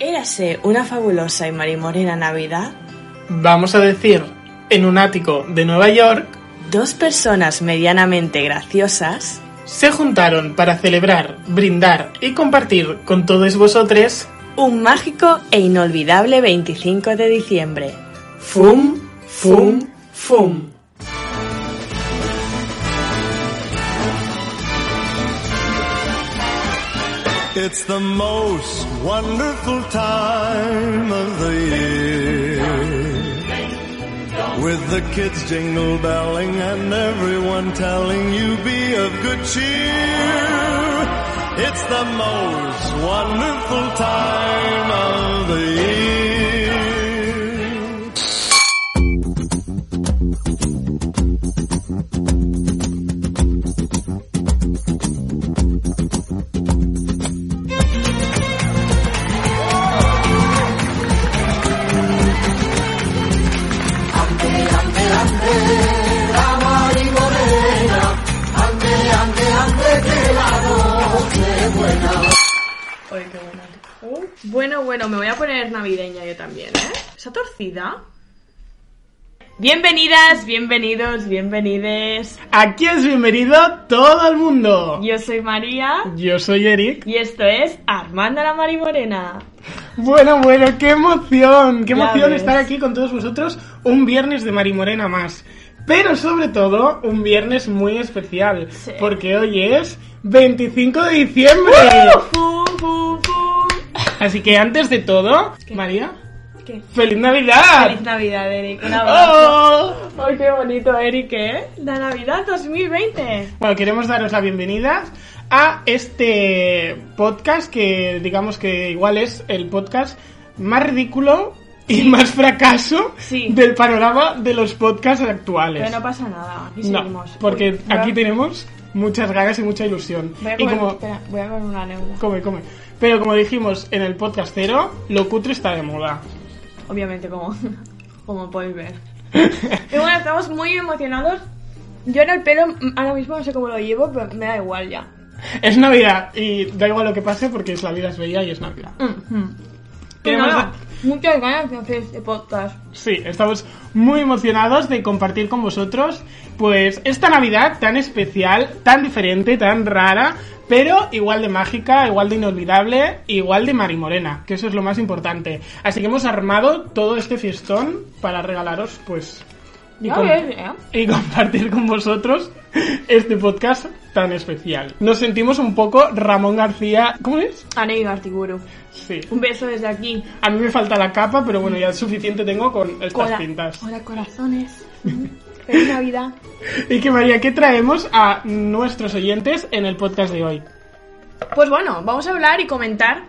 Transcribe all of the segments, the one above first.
Érase una fabulosa y marimorena Navidad, vamos a decir, en un ático de Nueva York, dos personas medianamente graciosas se juntaron para celebrar, brindar y compartir con todos vosotros un mágico e inolvidable 25 de diciembre. Fum, fum, fum. It's the most wonderful time of the year. With the kids jingle belling and everyone telling you be of good cheer. It's the most wonderful time of the year. Ay, qué buena. Oh. Bueno, bueno, me voy a poner navideña yo también, ¿eh? ¿Está torcida? Bienvenidas, bienvenidos, bienvenides. Aquí es bienvenido todo el mundo. Yo soy María Yo soy Eric. y esto es Armando la Marimorena. Bueno, bueno, qué emoción. Qué Ya emoción ves. estar aquí con todos vosotros un viernes de Marimorena más. Pero sobre todo, un viernes muy especial. Sí. Porque hoy es 25 de diciembre. ¡Pum, pum, pum! Así que antes de todo, María, ¿Qué? ¡Feliz Navidad! ¡Feliz Navidad, Eric! ¡Un abrazo! ¡Oh! ¡Ay, qué bonito, Eric, eh! ¡La Navidad 2020! Bueno, queremos daros la bienvenida a este podcast que digamos que igual es el podcast más ridículo y más fracaso Sí. del panorama de los podcasts Pero actuales. Pues no pasa nada, aquí No, seguimos. porque Uy, voy a- aquí tenemos muchas ganas y mucha ilusión. Voy a Y comer, como espera, voy a comer una neula. come, come. Pero como dijimos en el podcast cero, lo cutre está de moda. Obviamente, como, como podéis ver. Y bueno, estamos muy emocionados. Yo en el pelo, mm, ahora mismo no sé cómo lo llevo, pero me da igual ya. Es Navidad y da igual lo que pase porque es la vida es bella y es Navidad. Pero Queremos nada, da- muchas ganas de hacer este podcast. Sí, estamos muy emocionados de compartir con vosotros pues esta Navidad tan especial, tan diferente, tan rara, pero igual de mágica, igual de inolvidable, igual de marimorena, que eso es lo más importante. Así que hemos armado todo este fiestón para regalaros pues y, Ya com- ves, ¿eh? y compartir con vosotros este podcast tan especial. Nos sentimos un poco Ramón García, ¿cómo es? Anei Gartiguru. Sí. Un beso desde aquí. A mí me falta la capa, pero bueno, ya suficiente tengo con estas Hola, pintas. hola corazones. Mm. Feliz Navidad. Y que María, ¿qué traemos a nuestros oyentes en el podcast de hoy? Pues bueno, vamos a hablar y comentar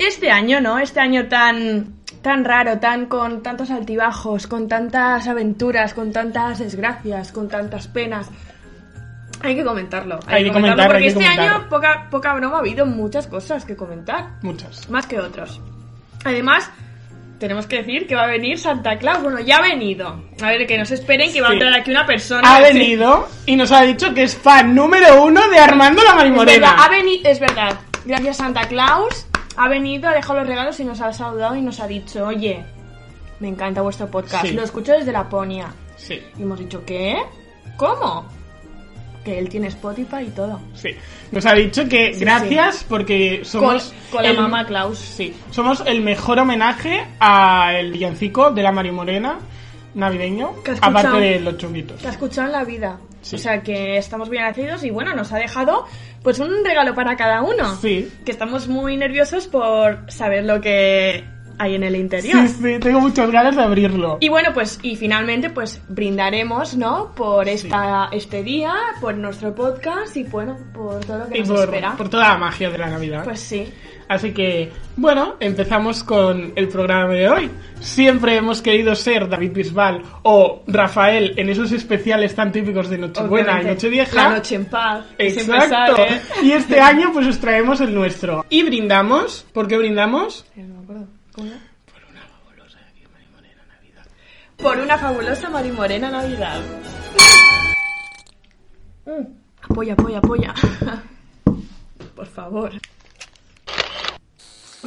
este año, ¿no? Este año tan tan raro, tan con tantos altibajos, con tantas aventuras, con tantas desgracias, con tantas penas. Hay que comentarlo. Hay que comentarlo, porque hay que este año comentarlo. poca poca broma ha habido muchas cosas que comentar, Muchas. más que otros. Además, tenemos que decir que va a venir Santa Claus. Bueno, ya ha venido. A ver, que nos esperen que va a Sí. entrar aquí una persona. Ha Sí. venido y nos ha dicho que es fan número uno de Armando la Es verdad, Marimorena. ha veni- es verdad. Gracias Santa Claus. Ha venido, ha dejado los regalos y nos ha saludado y nos ha dicho, oye, me encanta vuestro podcast. Sí. Lo escucho desde Laponia. Sí, Y hemos dicho, ¿qué? ¿Cómo? Que él tiene Spotify y todo. sí. Nos ha dicho que Sí, gracias porque Con, somos con la el- mamá Claus. Sí, somos el mejor homenaje al villancico de la Marimorena navideño, Que has aparte escuchado. Ah. de los chunguitos. La ha escuchado en la vida. Sí. O sea que estamos bien nacidos y bueno, nos ha dejado pues un regalo para cada uno. Sí. Que estamos muy nerviosos por saber lo que hay en el interior. Sí, sí, tengo muchas ganas de abrirlo. Y bueno, pues, y finalmente, pues brindaremos, ¿no? Por esta, este día, por nuestro podcast y bueno, por todo lo que Y nos espera. por, por toda la magia de la Navidad. Pues sí. Así que, bueno, empezamos con el programa de hoy. Siempre hemos querido ser David Bisbal o Rafael en esos especiales tan típicos de Nochebuena y obviamente. Nochevieja. La noche en paz. ¿eh? que siempre Exacto. sale. Y este año pues os traemos el nuestro. Y brindamos, ¿por qué brindamos? Eh, No me acuerdo. ¿Cómo era? Por una fabulosa marimorena Navidad. Mm. Apoya, apoya, apoya. Por favor.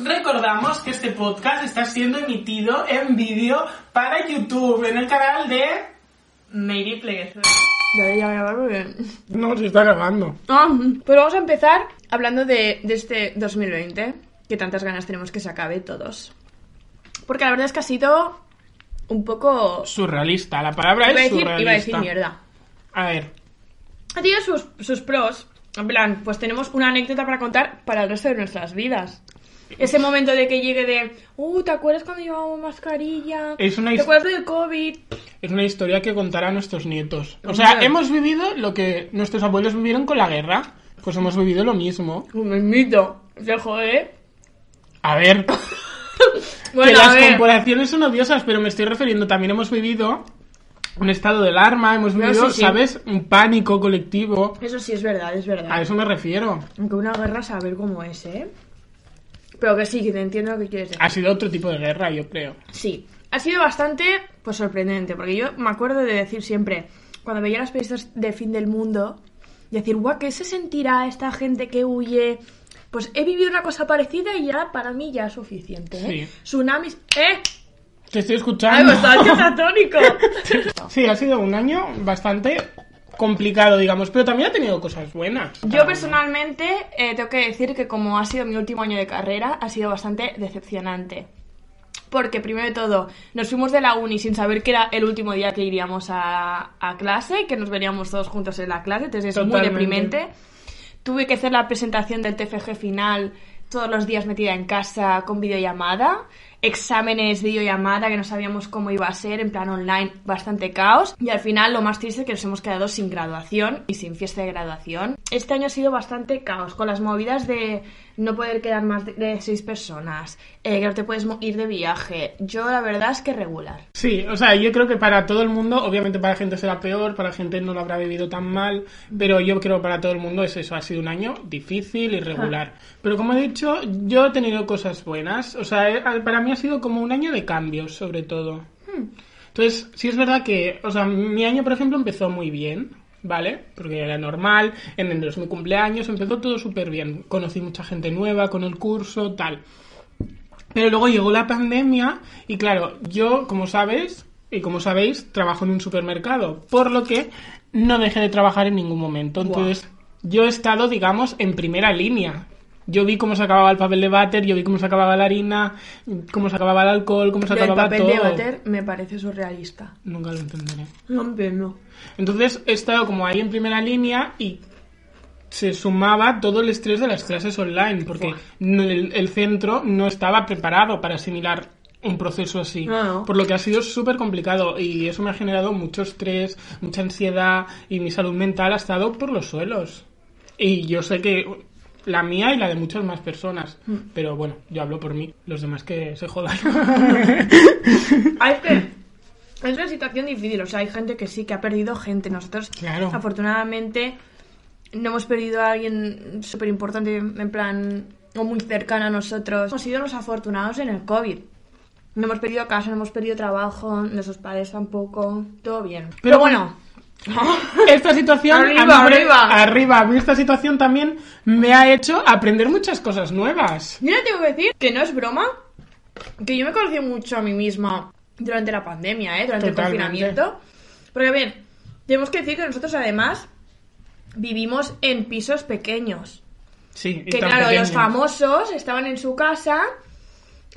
Recordamos que este podcast está siendo emitido en vídeo para YouTube, en el canal de... Mary Player. Ya ya voy a grabar porque- No, se está grabando. Ah, pues vamos a empezar hablando de, de este 2020, que tantas ganas tenemos que se acabe todos. Porque la verdad es que ha sido un poco... Surrealista, la palabra Iba a es decir, surrealista. iba a decir mierda. A ver, Ha tenido sus, sus pros. En plan, pues tenemos una anécdota para contar para el resto de nuestras vidas. Ese momento de que llegue de, uh, ¿te acuerdas cuando llevábamos mascarilla? Es una ¿Te his- acuerdas del COVID? es una historia que contará a nuestros nietos. O sea, Hombre. hemos vivido lo que nuestros abuelos vivieron con la guerra. Pues hemos vivido lo mismo. Me mito. Se jode. A ver, Bueno, que a las ver. comparaciones son odiosas, pero me estoy refiriendo, también hemos vivido un estado de alarma, hemos No, vivido, sí, sí. ¿sabes? Un pánico colectivo. Eso sí es verdad, es A verdad. eso me refiero. Aunque una guerra saber cómo es, ¿eh? Pero que sí, que te entiendo lo que quieres decir. Ha sido otro tipo de guerra, yo creo. Sí, ha sido bastante pues sorprendente, porque yo me acuerdo de decir siempre, cuando veía las películas de fin del mundo, decir, guau, ¿qué se sentirá esta gente que huye? Pues he vivido una cosa parecida y ya para mí ya es suficiente. ¿eh? Sí. Ah, Tsunamis. ¡Eh! Te estoy ¡Ay, escuchando. pues catónico! sí, ha sido un año bastante complicado, digamos, pero también ha tenido cosas buenas. Yo personalmente eh, tengo que decir que como ha sido mi último año de carrera, ha sido bastante decepcionante. Porque primero de todo, nos fuimos de la uni sin saber que era el último día que iríamos a, a clase, que nos veríamos todos juntos en la clase, entonces es Totalmente. muy deprimente. Tuve que hacer la presentación del TFG final todos los días metida en casa con videollamada, exámenes de videollamada que no sabíamos cómo iba a ser, en plan online, bastante caos. Y al final lo más triste es que nos hemos quedado sin graduación y sin fiesta de graduación. Este año ha sido bastante caos, con las movidas de no poder quedar más de- de seis personas, eh, que no te puedes mo- ir de viaje. Yo la verdad es que regular. Sí, o sea, yo creo que para todo el mundo, obviamente para gente será peor, para gente no lo habrá vivido tan mal, pero yo creo que para todo el mundo es eso, ha sido un año difícil y regular. Pero como he dicho, yo he tenido cosas buenas, o sea, eh, al- para mí ha sido como un año de cambios, sobre todo. Entonces, sí es verdad que, o sea, mi año, por ejemplo, empezó muy bien, ¿vale? Porque era normal, en el mi cumpleaños, empezó todo súper bien. Conocí mucha gente nueva con el curso, tal. Pero luego llegó la pandemia y claro, yo, como sabes, y como sabéis, trabajo en un supermercado, por lo que no dejé de trabajar en ningún momento. Entonces, yo he estado, digamos, en primera línea. Yo vi cómo se acababa el papel de váter, yo vi cómo se acababa la harina, cómo se acababa el alcohol, cómo se Lo del acababa papel todo. de bater me parece surrealista. Nunca lo entenderé. No entiendo. Entonces he estado como ahí en primera línea y se sumaba todo el estrés de las clases online, porque no- el, el centro no estaba preparado para asimilar un proceso así. No, no. Por lo que ha sido súper complicado y eso me ha generado mucho estrés, mucha ansiedad y mi salud mental ha estado por los suelos. Y yo sé que la mía y la de muchas más personas, pero bueno, yo hablo por mí, los demás que se jodan. Ah, es que es una situación difícil. O sea, hay gente que sí, que ha perdido gente. Nosotros, Claro. afortunadamente, no hemos perdido a alguien súper importante, en plan, o muy cercano a nosotros. Hemos sido los afortunados en el COVID. No hemos perdido casa, no hemos perdido trabajo, nuestros padres tampoco. Todo bien. Pero, bueno. esta situación Arriba, a mí me- arriba. arriba. a mí esta situación también me ha hecho aprender muchas cosas nuevas Yo le tengo que decir que no es broma, que yo me conocí mucho a mí misma durante la pandemia, ¿eh? durante Totalmente. el confinamiento. Porque, a ver, tenemos que decir que nosotros además vivimos en pisos pequeños. sí y Que tan claro, los pequeños. famosos estaban en su casa.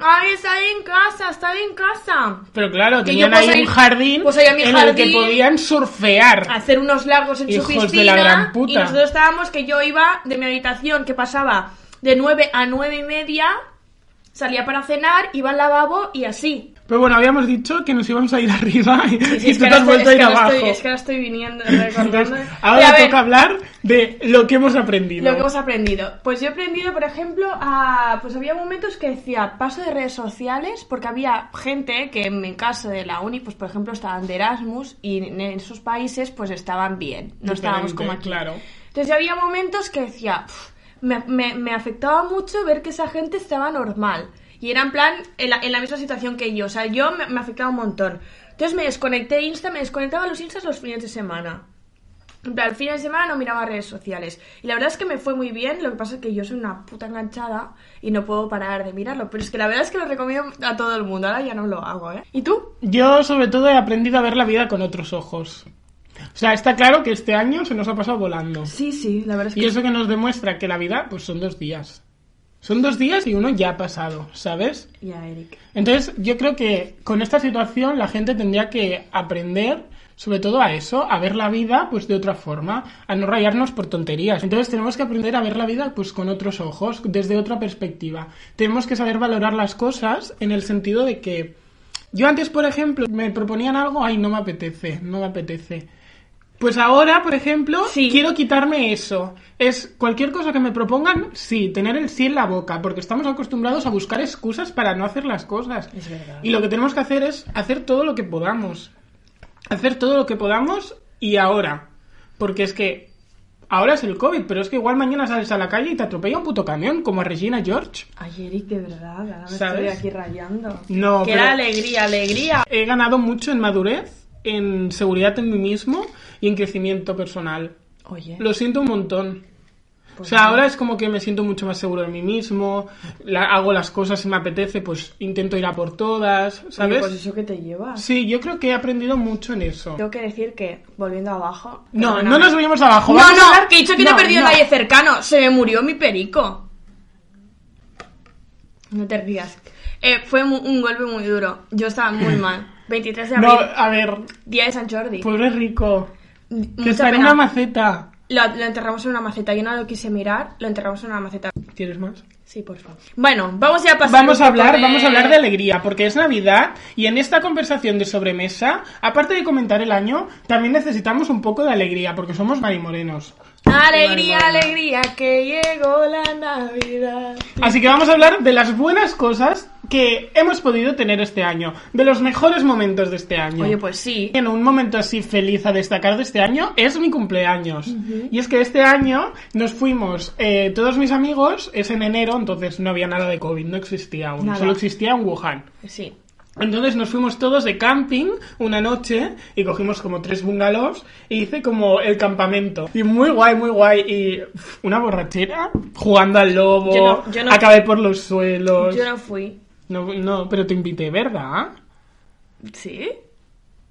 ¡Ay, está ahí en casa! ¡Está ahí en casa! pero claro que tenían yo, pues, ahí ahí- un jardín pues ahí a mi en el que jardín. Ah. podían surfear hacer unos largos en su Hijos de piscina la gran puta. y nosotros estábamos que yo iba de mi habitación que pasaba de 9 a 9 y media salía para cenar iba al lavabo y así pero bueno habíamos dicho que nos íbamos a ir arriba y, Y si y es tú que te ahora has estoy- vuelto a es ir que ahora abajo estoy- es que ahora estoy viniendo recordando Entonces, Y a ahora ver, toca hablar de lo que hemos aprendido lo que hemos aprendido pues yo he aprendido por ejemplo a pues había momentos que decía paso de redes sociales porque había gente que en mi caso de la uni pues por ejemplo estaban de Erasmus y en esos países pues estaban bien no estábamos Diferente, como aquí claro Entonces había momentos que decía, "Uf, me, me- me afectaba mucho ver que esa gente estaba normal. Y era en plan, en la, en la misma situación que yo. O sea, yo me, me afectaba un montón. Entonces me desconecté Insta, me desconectaba los Instas los fines de semana. En plan, el fin de semana no miraba redes sociales. Y la verdad es que me fue muy bien. Lo que pasa es que yo soy una puta enganchada y no puedo parar de mirarlo. Pero es que la verdad es que lo recomiendo a todo el mundo. Ahora ya no lo hago, ¿eh? ¿Y tú? Yo, sobre todo, he aprendido a ver la vida con otros ojos. O sea, está claro que este año se nos ha pasado volando. Sí, sí, la verdad es que. Y eso que nos demuestra que la vida, pues son dos días. Son dos días y uno ya ha pasado, ¿sabes? Ya, Eric. Entonces, yo creo que con esta situación la gente tendría que aprender, sobre todo a eso, a ver la vida pues de otra forma, a no rayarnos por tonterías. Entonces, tenemos que aprender a ver la vida pues con otros ojos, desde otra perspectiva. Tenemos que saber valorar las cosas en el sentido de que yo antes, por ejemplo, me proponían algo, ay, no me apetece, no me apetece. Pues ahora, por ejemplo, Sí. quiero quitarme eso. Es cualquier cosa que me propongan, sí, tener el sí en la boca, porque estamos acostumbrados a buscar excusas para no hacer las cosas. Es verdad. Y lo que tenemos que hacer es hacer todo lo que podamos. Hacer todo lo que podamos y ahora. Porque es que ahora es el COVID, pero es que igual mañana sales a la calle y te atropella un puto camión, como a Regina George. Ay, Eric, de verdad, ahora me ¿Sabes? estoy aquí rayando. No, ¡Qué pero- alegría, alegría! He ganado mucho en madurez, en seguridad en mí mismo y en crecimiento personal. Oye. Lo siento un montón. pues o sea, ahora es como que me siento mucho más seguro de mí mismo, la- hago las cosas si me apetece, pues intento ir a por todas, Oye, ¿sabes? Pues eso que te lleva. Sí, yo creo que he aprendido mucho en eso. Tengo que decir que, volviendo abajo. No, perdóname. no nos vayamos abajo. No, vamos a no, hablar- que he dicho que no, no, he perdido no. nadie cercano. Se me murió mi perico. No te rías. Eh, fue mu- un golpe muy duro. Yo estaba muy mal. 23 de No, abril, a ver, día de San Jordi. pobre rico, M- que Mucha está en pena. una maceta. Lo, lo enterramos en una maceta. Yo no lo quise mirar, lo enterramos en una maceta. ¿Quieres más? Sí, por favor. Bueno, vamos ya a pasar. Vamos un a poco hablar, vamos a hablar de alegría, porque es Navidad y en esta conversación de sobremesa, aparte de comentar el año, también necesitamos un poco de alegría, porque somos marimorenos. Alegría, alegría, que llegó la Navidad. Así que vamos a hablar de las buenas cosas que hemos podido tener este año, de los mejores momentos de este año. Oye, pues sí. En un momento así feliz a destacar de este año es mi cumpleaños. Y es que este año nos fuimos, eh, todos mis amigos, es en enero, entonces no había nada de COVID, no existía aún, Nada. solo existía en Wuhan. Sí. Entonces nos fuimos todos de camping una noche y cogimos como tres bungalows y hice como el campamento. Y muy guay, muy guay. Y uf, una borrachera jugando al lobo, Yo no- yo no- acabé por los suelos. Yo no fui. no... No, pero te invité, ¿verdad? ¿Sí?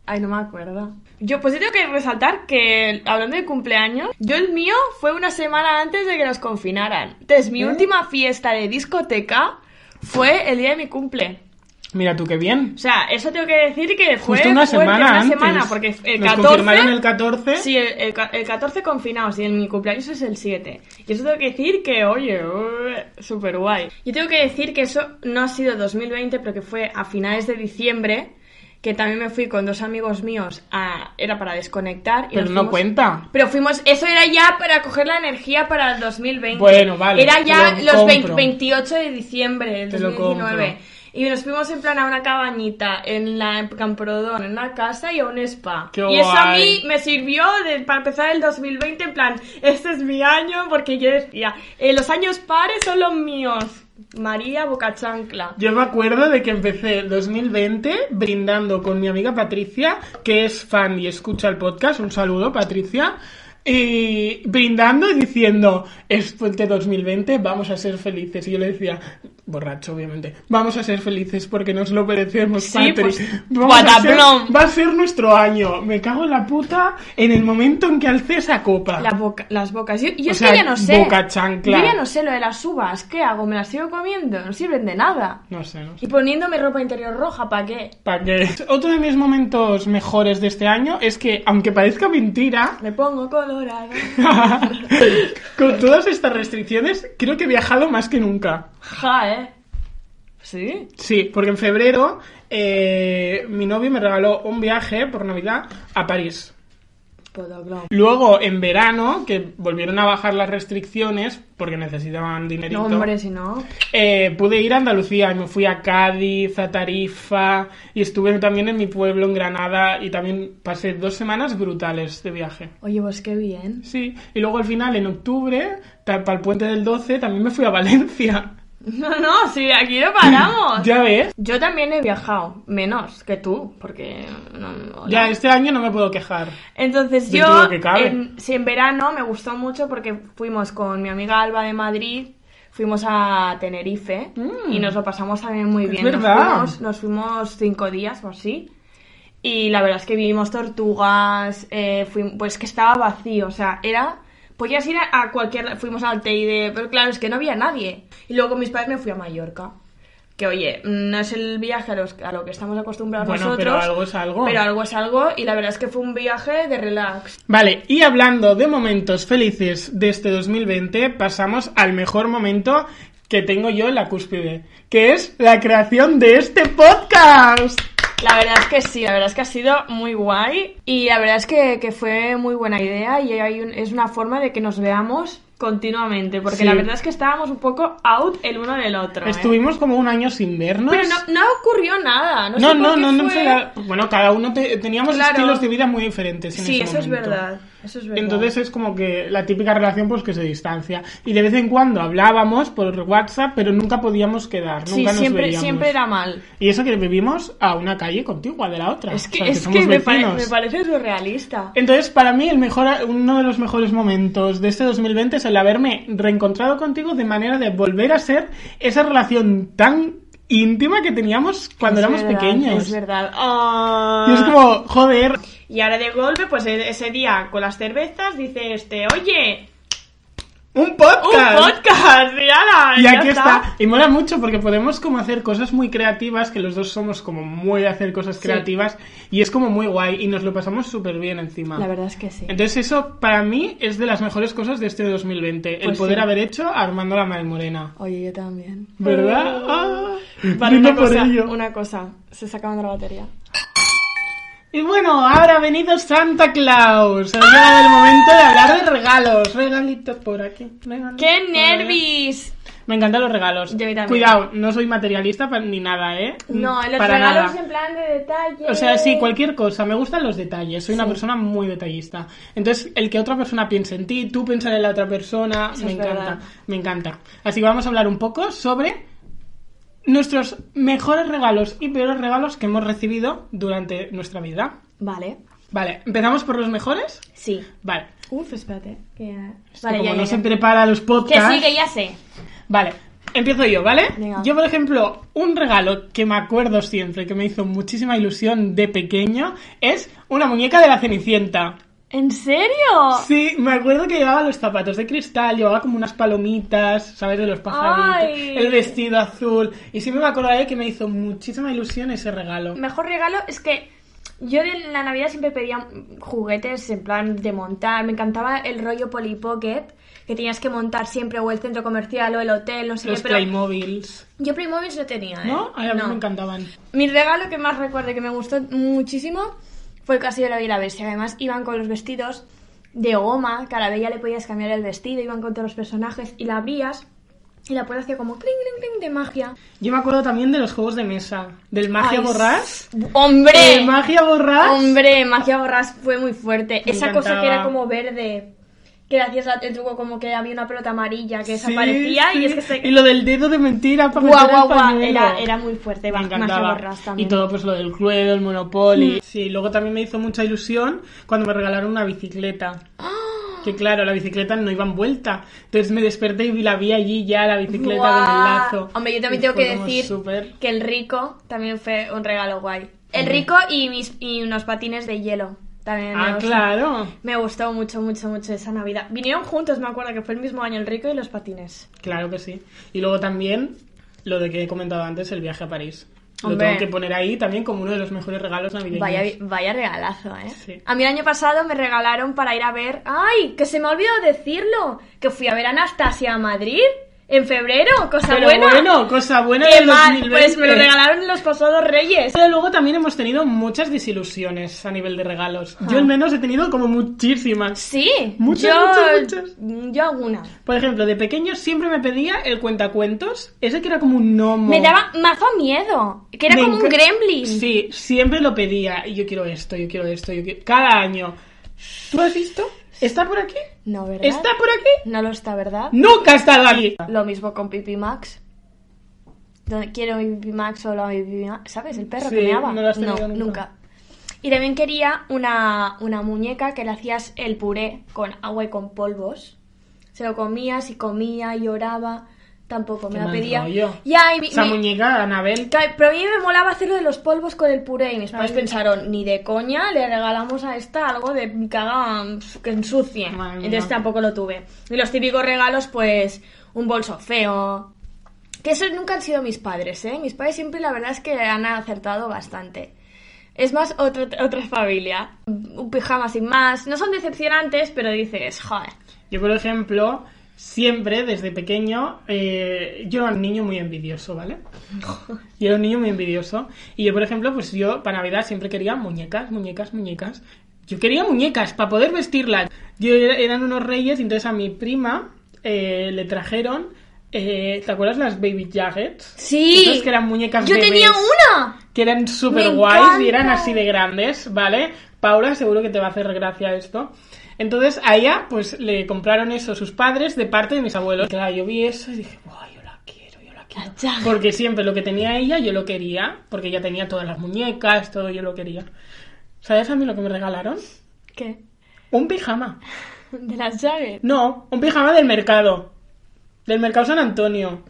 Ay, no me acuerdo. Yo, pues yo tengo que resaltar que, hablando de cumpleaños, yo el mío fue una semana antes de que nos confinaran. Entonces, ¿Eh? mi última fiesta de discoteca fue el día de mi cumple. Mira tú qué bien. O sea, eso tengo que decir que fue Justo una fuerte, semana una antes. semana, porque el Nos 14... confirmaron el 14. Sí, el, el ca- el 14 confinados y el, mi cumpleaños es el 7. Y eso tengo que decir que, oye, uh, súper guay. Yo tengo que decir que eso no ha sido 2020, pero que fue a finales de diciembre, que también me fui con dos amigos míos a... Era para desconectar. Y Pero nos no fuimos- cuenta. Pero fuimos... Eso era ya para coger la energía para el 2020. Bueno, vale, Era ya te lo los 20 compro. 28 de diciembre del Te lo 2019. compro. Y nos fuimos en plan a una cabañita en la en Camprodón, en una casa y a un spa. Qué y eso a mí guay. me sirvió de- para empezar el 2020 en plan, este es mi año porque yo decía, eh, los años pares son los míos. María Bocachancla. Yo me acuerdo de que empecé 2020 brindando con mi amiga Patricia, que es fan y escucha el podcast. Un saludo, Patricia. Y brindando y diciendo, es fuente 2020, vamos a ser felices. Y yo le decía, borracho obviamente, vamos a ser felices porque nos lo merecemos, Sí, Patri. pues, Vamos a what a ser- plum. va a ser nuestro año. Me cago en la puta en el momento en que alcé esa copa. La boca- las bocas. Yo, yo O es sea, que ya no sé. bocachancla. Yo ya no sé lo de las uvas. ¿Qué hago? ¿Me las sigo comiendo? No sirven de nada. No sé, no sé. Y poniéndome ropa interior roja, ¿para qué? ¿Para qué? Otro de mis momentos mejores de este año es que, aunque parezca mentira, Me pongo colorada. con todas estas restricciones, creo que he viajado más que nunca. Ja, ¿eh? Sí. Sí, porque en febrero eh, mi novio me regaló un viaje por Navidad a París. Podoclón. Luego, en verano, que volvieron a bajar las restricciones porque necesitaban dinerito. No, hombre, si no. Eh, pude ir a Andalucía y me fui a Cádiz, a Tarifa y estuve también en mi pueblo, en Granada, y también pasé dos semanas brutales de viaje. Oye, pues qué bien. Sí, y luego al final, en octubre, para el puente del 12, también me fui a Valencia. No, no, sí, aquí no paramos. Ya ves. Yo también he viajado, menos que tú, porque... No, no- Ya, este año no me puedo quejar. Entonces Dentro de yo, lo que cabe. en, sí, en verano me gustó mucho porque fuimos con mi amiga Alba de Madrid, fuimos a Tenerife Mm. y nos lo pasamos también muy Es bien. Nos verdad. fuimos, nos fuimos cinco días o así. Y la verdad es que vimos tortugas, eh, fuim- pues que estaba vacío, o sea, era... Podías ir a, a cualquier... Fuimos al Teide, pero claro, es que no había nadie. Y luego con mis padres me fui a Mallorca. Que oye, mm, no es el viaje a, los, a lo que estamos acostumbrados Bueno, nosotros. pero algo es algo. Pero algo es algo y la verdad es que fue un viaje de relax. Vale, y hablando de momentos felices de este 2020, pasamos al mejor momento que tengo yo en la cúspide, que es la creación de este podcast. La verdad es que sí, la verdad es que ha sido muy guay y la verdad es que, que fue muy buena idea y hay un- es una forma de que nos veamos continuamente porque Sí. la verdad es que estábamos un poco out el uno del otro. ¿eh? Estuvimos como un año sin vernos. Pero no, no ocurrió nada. no, No, sé por no, qué no, no fue. se da- Bueno, cada uno te- teníamos Claro. estilos de vida muy diferentes. En Sí, ese eso es, momento. verdad, eso es verdad. Entonces es como que la típica relación pues que se distancia. Y de vez en cuando hablábamos por WhatsApp, pero nunca podíamos quedar, nunca sí, nos siempre, veíamos. siempre era mal. Y eso que vivimos a una calle contigua de la otra. Es o que, sea, que es somos que me, pare- vecinos. me parece surrealista. Entonces, para mí, el mejor, uno de los mejores momentos de este 2020 es el haberme reencontrado contigo de manera de volver a ser esa relación tan íntima que teníamos cuando Es éramos verdad, pequeños. Es verdad. Ah. Y es como, joder, Y ahora de golpe, pues e- ese día con las cervezas, dice este, oye, un un podcast, y ala, Y ya aquí está. Y mola mucho porque podemos como hacer cosas muy creativas, que los dos somos como muy a hacer cosas Sí. creativas, y es como muy guay, y nos lo pasamos súper bien encima. La verdad es que sí. Entonces eso para mí es de las mejores cosas de este 2020, el Pues poder sí. haber hecho a Armando la Malmorena. Oye, yo también. ¿Verdad? Ah, Oh. Vale, vino una cosa, por ello. una cosa, se está acabando la batería. Y bueno, ahora ha venido Santa Claus. Ha llegado el momento de hablar de regalos. Regalitos por aquí. regalitos ¡Qué por allá. nervis! Me encantan los regalos. Yo también. Cuidado, no soy materialista pa- ni nada, ¿eh? No, los Para regalos nada. en plan de detalle. O sea, sí, cualquier cosa. Me gustan los detalles. Soy una Sí. persona muy detallista. Entonces, el que otra persona piense en ti, tú pensar en la otra persona, Eso me es encanta. verdad. Me encanta. Así que vamos a hablar un poco sobre nuestros mejores regalos y peores regalos que hemos recibido durante nuestra vida. Vale, Vale, empezamos por los mejores. sí. Vale. Uf, espérate. Que... Es que Vale, como ya, no ya, se ya. prepara los Que podcasts. sí, que ya sé. Vale, empiezo yo, ¿vale? Venga. Yo, por ejemplo, un regalo que me acuerdo siempre, que me hizo muchísima ilusión de pequeño, es una muñeca de la Cenicienta. ¿En serio? Sí, me acuerdo que llevaba los zapatos de cristal, llevaba como unas palomitas, ¿sabes? De los pajaritos, Ay. el vestido azul. Y siempre me acordaré que me hizo muchísima ilusión ese regalo. mejor regalo es que yo de la Navidad siempre pedía juguetes en plan de montar. Me encantaba el rollo Polly Pocket, que tenías que montar siempre o el centro comercial o el hotel, no sé Los qué. Pero Playmobiles, yo Playmobil no tenía, ¿eh? ¿no? Ay, a mí No. me encantaban. Mi regalo que más recuerdo y que me gustó muchísimo fue el Castillo de la Bella y la Bestia. Además, iban con los vestidos de goma, que a la Bella le podías cambiar el vestido, iban con todos los personajes y la abrías y la puerta hacía como cling, cling, cling de magia. Yo me acuerdo también de los juegos de mesa, del Magia Ay, Borrás. ¡Hombre! El Magia Borrás. Hombre, magia borrás fue muy fuerte. Me Esa cosa encantaba. que era como verde, que le hacías la- el truco como que había una pelota amarilla que Sí, desaparecía sí. y es que se... Y lo del dedo de mentira para Guau, meter el guau, guau, pañuelo. Era, era muy fuerte, va, me magia encantaba. borrás Y también. todo, pues lo del Cluedo, el Monopoly. Mm. Sí, luego también me hizo mucha ilusión cuando me regalaron una bicicleta. Que claro, la bicicleta no iba en vuelta. Entonces me desperté y la vi allí ya, la bicicleta con el Guau. lazo. Hombre, yo también Y tengo fue que como decir súper- que el rico también fue un regalo guay. El Hombre. rico y, mis, y unos patines de hielo. También me Ah, gustó. claro. Me gustó mucho, mucho, mucho esa Navidad. Vinieron juntos, me acuerdo, que fue el mismo año el rico y los patines. Claro que sí. Y luego también lo de que he comentado antes, el viaje a París. Hombre. Lo tengo que poner ahí también como uno de los mejores regalos navideños. Vaya, vaya regalazo, ¿eh? Sí. A mí el año pasado me regalaron para ir a ver... ¡Ay! Que se me ha olvidado decirlo. Que fui a ver a Anastasia a Madrid en febrero. Cosa Pero buena. bueno, cosa buena ¡Qué del mal! 2020. Pues me lo regalaron los pasados reyes. Pero luego también hemos tenido muchas desilusiones a nivel de regalos. Yo Ah. al menos he tenido como muchísimas. Sí. Muchas, yo, muchas, Yo alguna. Por ejemplo, de pequeño siempre me pedía el cuentacuentos, ese que era como un gnomo. Me daba mazo miedo. Que era Me como un enca- gremlin. Sí, siempre lo pedía. Y Yo quiero esto, yo quiero esto, yo quiero... Cada año. ¿Tú has visto? ¿Está por aquí? No, ¿verdad? ¿Está por aquí? No lo está, ¿verdad? Nunca ha estado aquí. Lo mismo con Pipi Max. donde quiero mi Bibi Max o la Bibi Max, ¿sabes? El perro Sí, que meaba. no lo has tenido nunca. nunca. Y también quería una, una muñeca que le hacías el puré con agua y con polvos. Se lo comías y comía y lloraba. Tampoco me Qué la mal pedía. rollo. Ya, y mi- Esa mi- muñeca, Anabel. Claro, Pero a mí me molaba hacerlo de los polvos con el puré y mis padres Ay. pensaron, ni de coña le regalamos a esta algo de que haga que ensucie. Madre mía. Entonces tampoco lo tuve. Y los típicos regalos, pues un bolso feo. Que esos nunca han sido mis padres, ¿eh? Mis padres siempre la verdad es que han acertado bastante. Es más, otra, otra familia. Un pijama sin más. No son decepcionantes, pero dices, joder. Yo, por ejemplo, siempre desde pequeño, eh, yo era un niño muy envidioso, ¿vale? Yo era un niño muy envidioso. Y yo, por ejemplo, pues yo para Navidad siempre quería muñecas, muñecas, muñecas. Yo quería muñecas para poder vestirlas. Yo era- eran unos reyes, y entonces a mi prima eh, le trajeron. eh, ¿Te acuerdas las baby jackets? Sí. Esas que eran muñecas Yo bebés. tenía una. que eran súper Me guays y encanta. eran así de grandes, ¿vale? Paula, seguro que te va a hacer gracia esto. Entonces a ella, pues le compraron eso sus padres de parte de mis abuelos. Y Claro, yo vi eso y dije, ¡guau! Yo la quiero, yo la quiero. Cacha. Porque siempre lo que tenía ella, yo lo quería. Porque ella tenía todas las muñecas, todo, yo lo quería. ¿Sabes a mí lo que me regalaron? ¿Qué? Un pijama. De las llaves. No, un pijama del mercado. Del mercado San Antonio.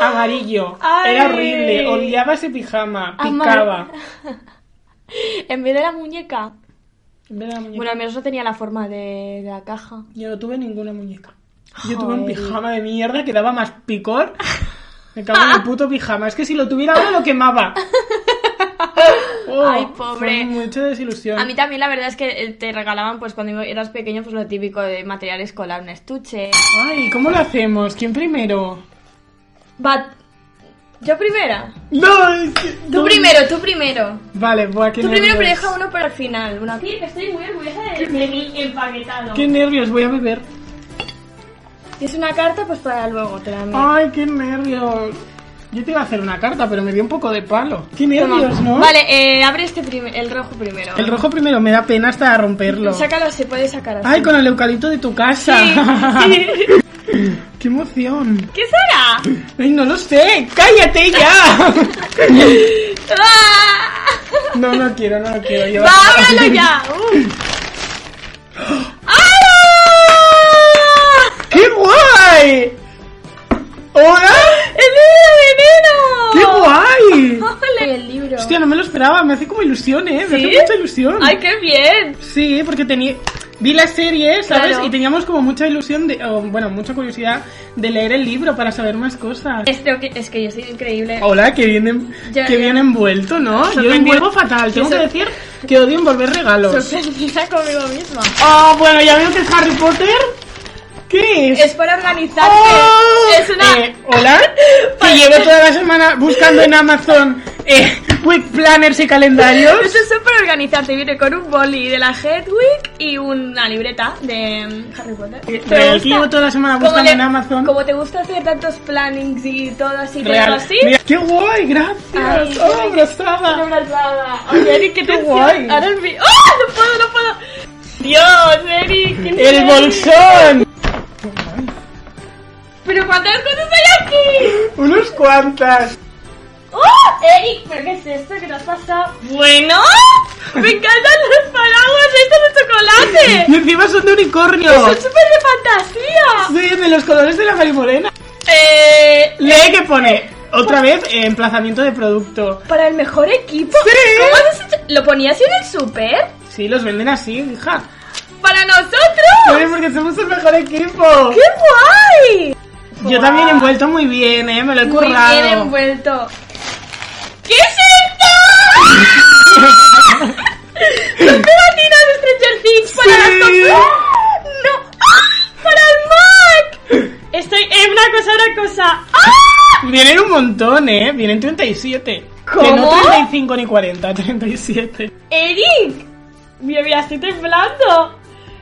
Amarillo. Era Ay. horrible. Odiaba ese pijama. Amar- Picaba. En vez de la muñeca. En vez de la muñeca. Bueno, al menos no tenía la forma de, de la caja. Yo no tuve ninguna muñeca. Yo tuve un Joder. pijama de mierda que daba más picor. Me cago en el puto pijama. Es que si lo tuviera ahora lo quemaba. Oh, Ay, pobre. Fue mucha desilusión. A mí también la verdad es que eh, te regalaban, pues cuando eras pequeño, pues lo típico de material escolar, un estuche. Ay, ¿cómo lo hacemos? ¿Quién primero? Va... Yo primera. No, es que- Tú no. primero, tú primero. Vale, pues, buah, qué Tú primero, pero nervios. deja uno para el final. Una... Sí, que estoy muy orgullosa de, de mi empaquetado. Qué nervios, voy a beber. Si es una carta, pues para luego te la meto. Ay, qué nervios. Yo te iba a hacer una carta, pero me dio un poco de palo. Qué Toma. nervios, ¿no? Vale, eh, abre este prim- el rojo primero. El rojo primero me da pena hasta romperlo. Sácalo, se puede sacar así. Ay, con el eucalipto de tu casa. Sí, qué emoción. ¿Qué será? Ay, no lo sé. Cállate ya. ¡Ah! no, no quiero, no lo quiero. Yo- ¡Va, ábralo ya! Uh. ¡Ah! ¡Qué guay! ¡Hola! ¡El libro de ¡Qué enero! guay! ¡Ole! El libro. Hostia, no me lo esperaba. Me hace como ilusión, ¿eh? Me ¿Sí? hace mucha ilusión. ¡Ay, qué bien! Sí, porque tenía vi la serie, ¿sabes? Claro. Y teníamos como mucha ilusión de o, bueno, mucha curiosidad de leer el libro para saber más cosas. Este, que- es que yo soy increíble. Hola, que bien, en- Ya, qué ya. bien envuelto, ¿no? Yo Sorprendida. envuelvo fatal, tengo que Yo sor- decir que odio envolver regalos. Sorprendida conmigo misma. Ah, bueno, ya veo que es Harry Potter. ¿Qué es? Es para organizarte. ¡Oh! Es una. Eh, hola, que llevo toda la semana buscando en Amazon eh, week planners y calendarios. Esto es para organizarte. Viene con un boli de la Hedwig y una libreta de mm, Harry Potter. ¿Te Real, gusta? Eh, que llevo toda la semana Como buscando le- en Amazon. Como te gusta hacer tantos plannings y todo así, todo Real. así. Mira, ¡Qué guay! ¡Gracias! Ay, ¡Oh, Una abrazada! abrazada. Oye, Eric, qué Qué tensión. guay. Ahora el vi- ¡Ah! No puedo, no puedo. Dios, Eric. qué ¡El nivel. bolsón! Pero cuántas cosas hay aquí. ¡Unos cuantas! ¡Oh! Eric, ¿pero qué es esto que nos pasa? Bueno, me encantan los paraguas estos de chocolate. ¡Y encima son de unicornio! Son súper de fantasía. ¡Sí, de los colores de la marimorena! Eh, Lee que pone, otra vez, eh, emplazamiento de producto. para el mejor equipo. Sí. ¿Cómo has hecho? ¿Lo ponías en el súper? Sí, los venden así, hija. Para nosotros. Oye, porque somos el mejor equipo. ¡Qué guay! Yo también he envuelto muy bien, eh, me lo he currado. Muy bien envuelto. ¿Qué es esto? ¡Son pegatinas de Stranger Things para Sí. las consolas! ¡No! ¡Ah! ¡Para el Mac! Estoy en una cosa, una cosa. ¡Ah! Vienen un montón, eh, vienen 37. Que no ¿Cómo? 35 ni 40, 37. ¡Eric! Mira, mira, estoy temblando.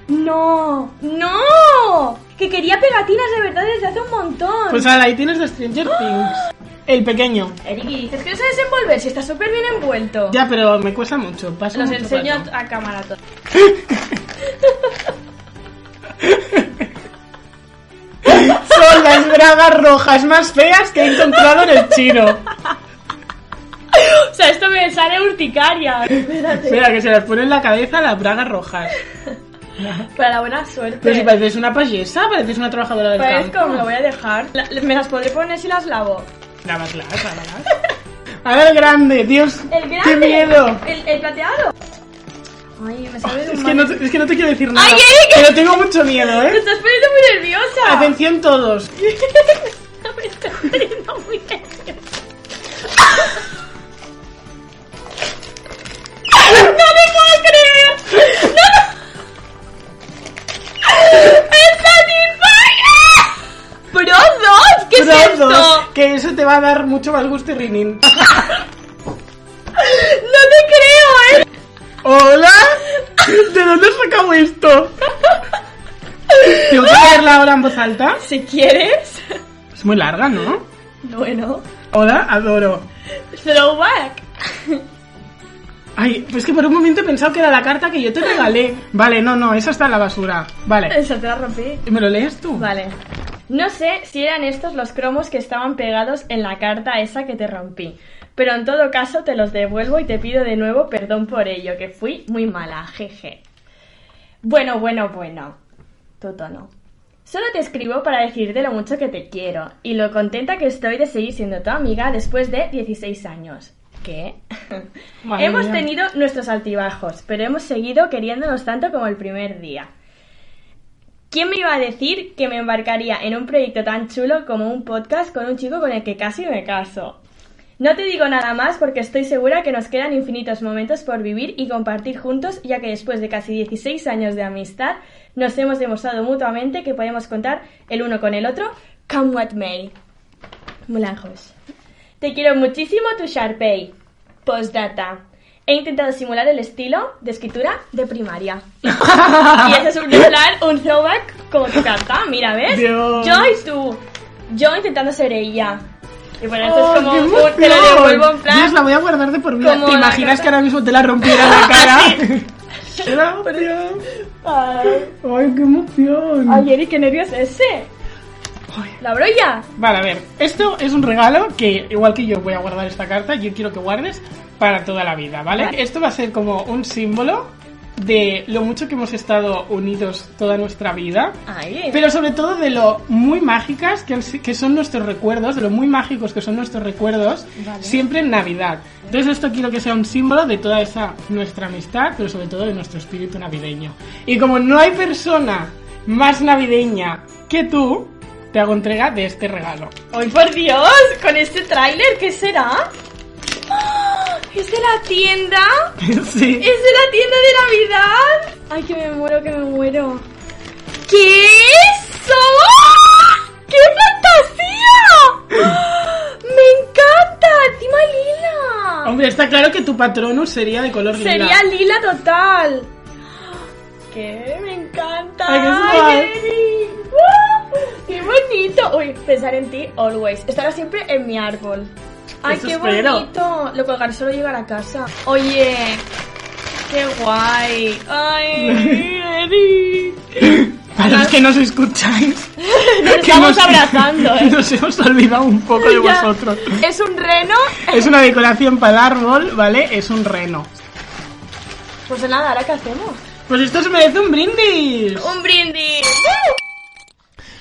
¡No! ¡No! Que quería pegatinas de verdad desde hace un montón. Pues ahora ahí tienes de Stranger Things. El pequeño. Eric, ¿y dices que no sabes envolver si está súper bien envuelto. Ya, pero me cuesta mucho. Paso Los mucho enseño rato. a, a cámara todo. Sola es bragas rojas más feas que he encontrado en el chino. O sea, esto me sale urticaria. Espera, que se las pone en la cabeza las bragas rojas. Para la buena suerte. Pero si pareces una payesa, pareces una trabajadora del Parezco, me Pues, lo campo. voy a dejar. La- me las podré poner si las lavo. Lávalas, lávalas. A ver, el grande, Dios. El grande. ¡Qué miedo! El, el plateado. Ay, me sabe de Es un que, no, mal. te- es que no te quiero decir nada. Ay, Eric. Pero tengo mucho miedo, Me ¿eh? estás poniendo muy nerviosa. Atención todos. Me estás poniendo muy nerviosa. ¡No me puedo creer! ¡No! ¡Es Satisfyer! ¡Pro 2! ¿Qué es Todos, esto? Que eso te va a dar mucho más gusto y rinin. ¡No te creo, eh! ¿Hola? ¿De dónde has sacado esto? ¿Tengo que leerla ahora en voz alta? Si quieres. Es muy larga, ¿no? Bueno. Hola, adoro. Throwback. Ay, pues que por un momento he pensado que era la carta que yo te regalé. Vale, no, no, esa está en la basura. Vale. Esa te la rompí. ¿Me lo lees tú? Vale. No sé si eran estos los cromos que estaban pegados en la carta esa que te rompí, pero en todo caso te los devuelvo y te pido de nuevo perdón por ello, que fui muy mala, jeje. Bueno, bueno, bueno. Tu tono. Solo te escribo para decirte lo mucho que te quiero y lo contenta que estoy de seguir siendo tu amiga después de 16 años. ¿Qué? Madre hemos mía. tenido nuestros altibajos, pero hemos seguido queriéndonos tanto como el primer día. ¿Quién me iba a decir que me embarcaría en un proyecto tan chulo como un podcast con un chico con el que casi me caso? No te digo nada más porque estoy segura que nos quedan infinitos momentos por vivir y compartir juntos, ya que después de casi 16 años de amistad nos hemos demostrado mutuamente que podemos contar el uno con el otro, come what may. Mulajos. Te quiero muchísimo tu Sharpay. Postdata. He intentado simular el estilo de escritura de primaria. Y ese es un plan, un throwback como tu carta. Mira, ¿ves? Dios. Yo y tú. Yo intentando ser ella. Y bueno, esto Oh, es como qué un, te lo emoción. devuelvo en plan. Dios, la voy a guardar de por vida. Como ¿Te la imaginas carta- que ahora mismo te la rompiera en la cara? Gracias. Ay, Ay, qué emoción. ay, Eri, qué nervios ese. Ay. La broya. Vale, a ver, esto es un regalo que, igual que yo voy a guardar esta carta, yo quiero que guardes para toda la vida, ¿vale? Vale. Esto va a ser como un símbolo de lo mucho que hemos estado unidos toda nuestra vida. Ay. Pero sobre todo de lo muy mágicas que, han si- que son nuestros recuerdos, de lo muy mágicos que son nuestros recuerdos, siempre en Navidad. Entonces esto quiero que sea un símbolo de toda esa nuestra amistad, pero sobre todo de nuestro espíritu navideño. Y como no hay persona más navideña que tú, te hago entrega de este regalo. ¡Ay, por Dios! Con este tráiler, ¿qué será? ¡Ah! ¿Es de la tienda? sí. ¿Es de la tienda de Navidad? ¡Ay, que me muero, que me muero! ¿Qué es eso? ¡Ah! ¡Qué fantasía! ¡Ah! ¡Me encanta! ¡Encima lila! Hombre, está claro que tu patronus sería de color lila. Sería lila total. ¡Qué me encanta! Ay, qué ¡Ay, Jenny! ¡Guau! ¡Qué bonito! Uy, pensar en ti always. Estará siempre en mi árbol. ¡Ay, Eso qué espero. bonito! Lo colgaré solo llegar a casa. Oye, qué guay. ¡Ay, Eri! Para los que nos escucháis. Nos que estamos abrazando, ¿eh? Nos hemos olvidado un poco de Ya. vosotros. Es un reno. Es una decoración para el árbol, ¿vale? Es un reno. Pues nada, ahora qué hacemos. Pues esto se merece un brindis. ¡Un brindis!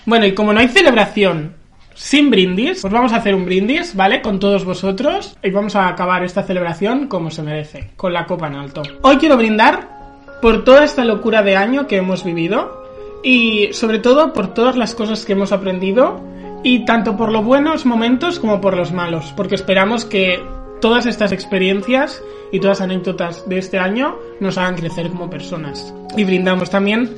Bueno, y como no hay celebración sin brindis, pues vamos a hacer un brindis, ¿vale? Con todos vosotros. Y vamos a acabar esta celebración como se merece, con la copa en alto. Hoy quiero brindar por toda esta locura de año que hemos vivido y sobre todo por todas las cosas que hemos aprendido y tanto por los buenos momentos como por los malos, porque esperamos que todas estas experiencias y todas las anécdotas de este año nos hagan crecer como personas. Y brindamos también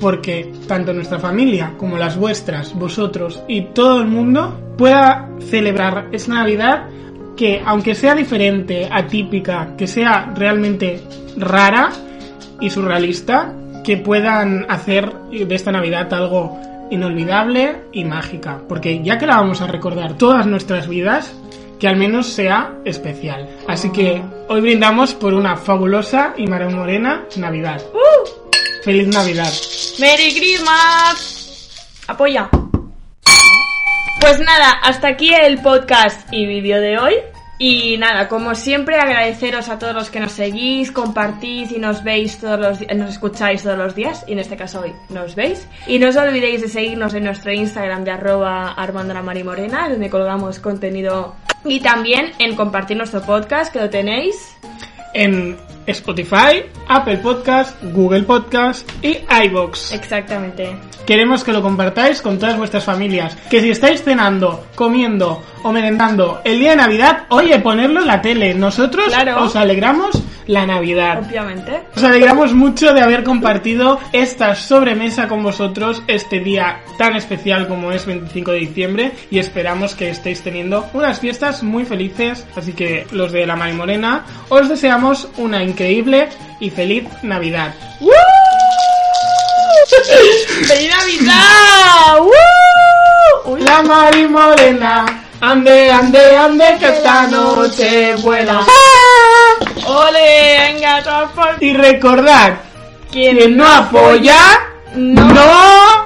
porque tanto nuestra familia como las vuestras, vosotros y todo el mundo pueda celebrar esta Navidad que aunque sea diferente, atípica, que sea realmente rara y surrealista, que puedan hacer de esta Navidad algo inolvidable y mágica, porque ya que la vamos a recordar todas nuestras vidas, que al menos sea especial. Así que hoy brindamos por una fabulosa y morena Navidad. ¡Feliz Navidad! ¡Merry Christmas! Apoya. Pues nada, hasta aquí el podcast y vídeo de hoy. Y nada, como siempre, agradeceros a todos los que nos seguís, compartís y nos veis todos los di- nos escucháis todos los días, y en este caso hoy nos veis. Y no os olvidéis de seguirnos en nuestro Instagram de arroba Armando la Mari Morena, donde colgamos contenido y también en compartir nuestro podcast, que lo tenéis. En Spotify, Apple Podcast, Google Podcast y iBox. Exactamente. Queremos que lo compartáis con todas vuestras familias. Que si estáis cenando, comiendo o merendando el día de Navidad, oye, ponerlo en la tele. Nosotros Claro. os alegramos la Navidad. Obviamente. Os alegramos mucho de haber compartido esta sobremesa con vosotros este día tan especial como es 25 de diciembre y esperamos que estéis teniendo unas fiestas muy felices. Así que los de la Mari Morena, os deseamos una increíble y feliz Navidad. ¡Feliz Navidad! ¡Woo! Uy, La Mari Morena, ande, ande, ande, que esta noche vuela. ¡Ole! ¡Venga, todos por Y recordad, quien quien no apoya, No. no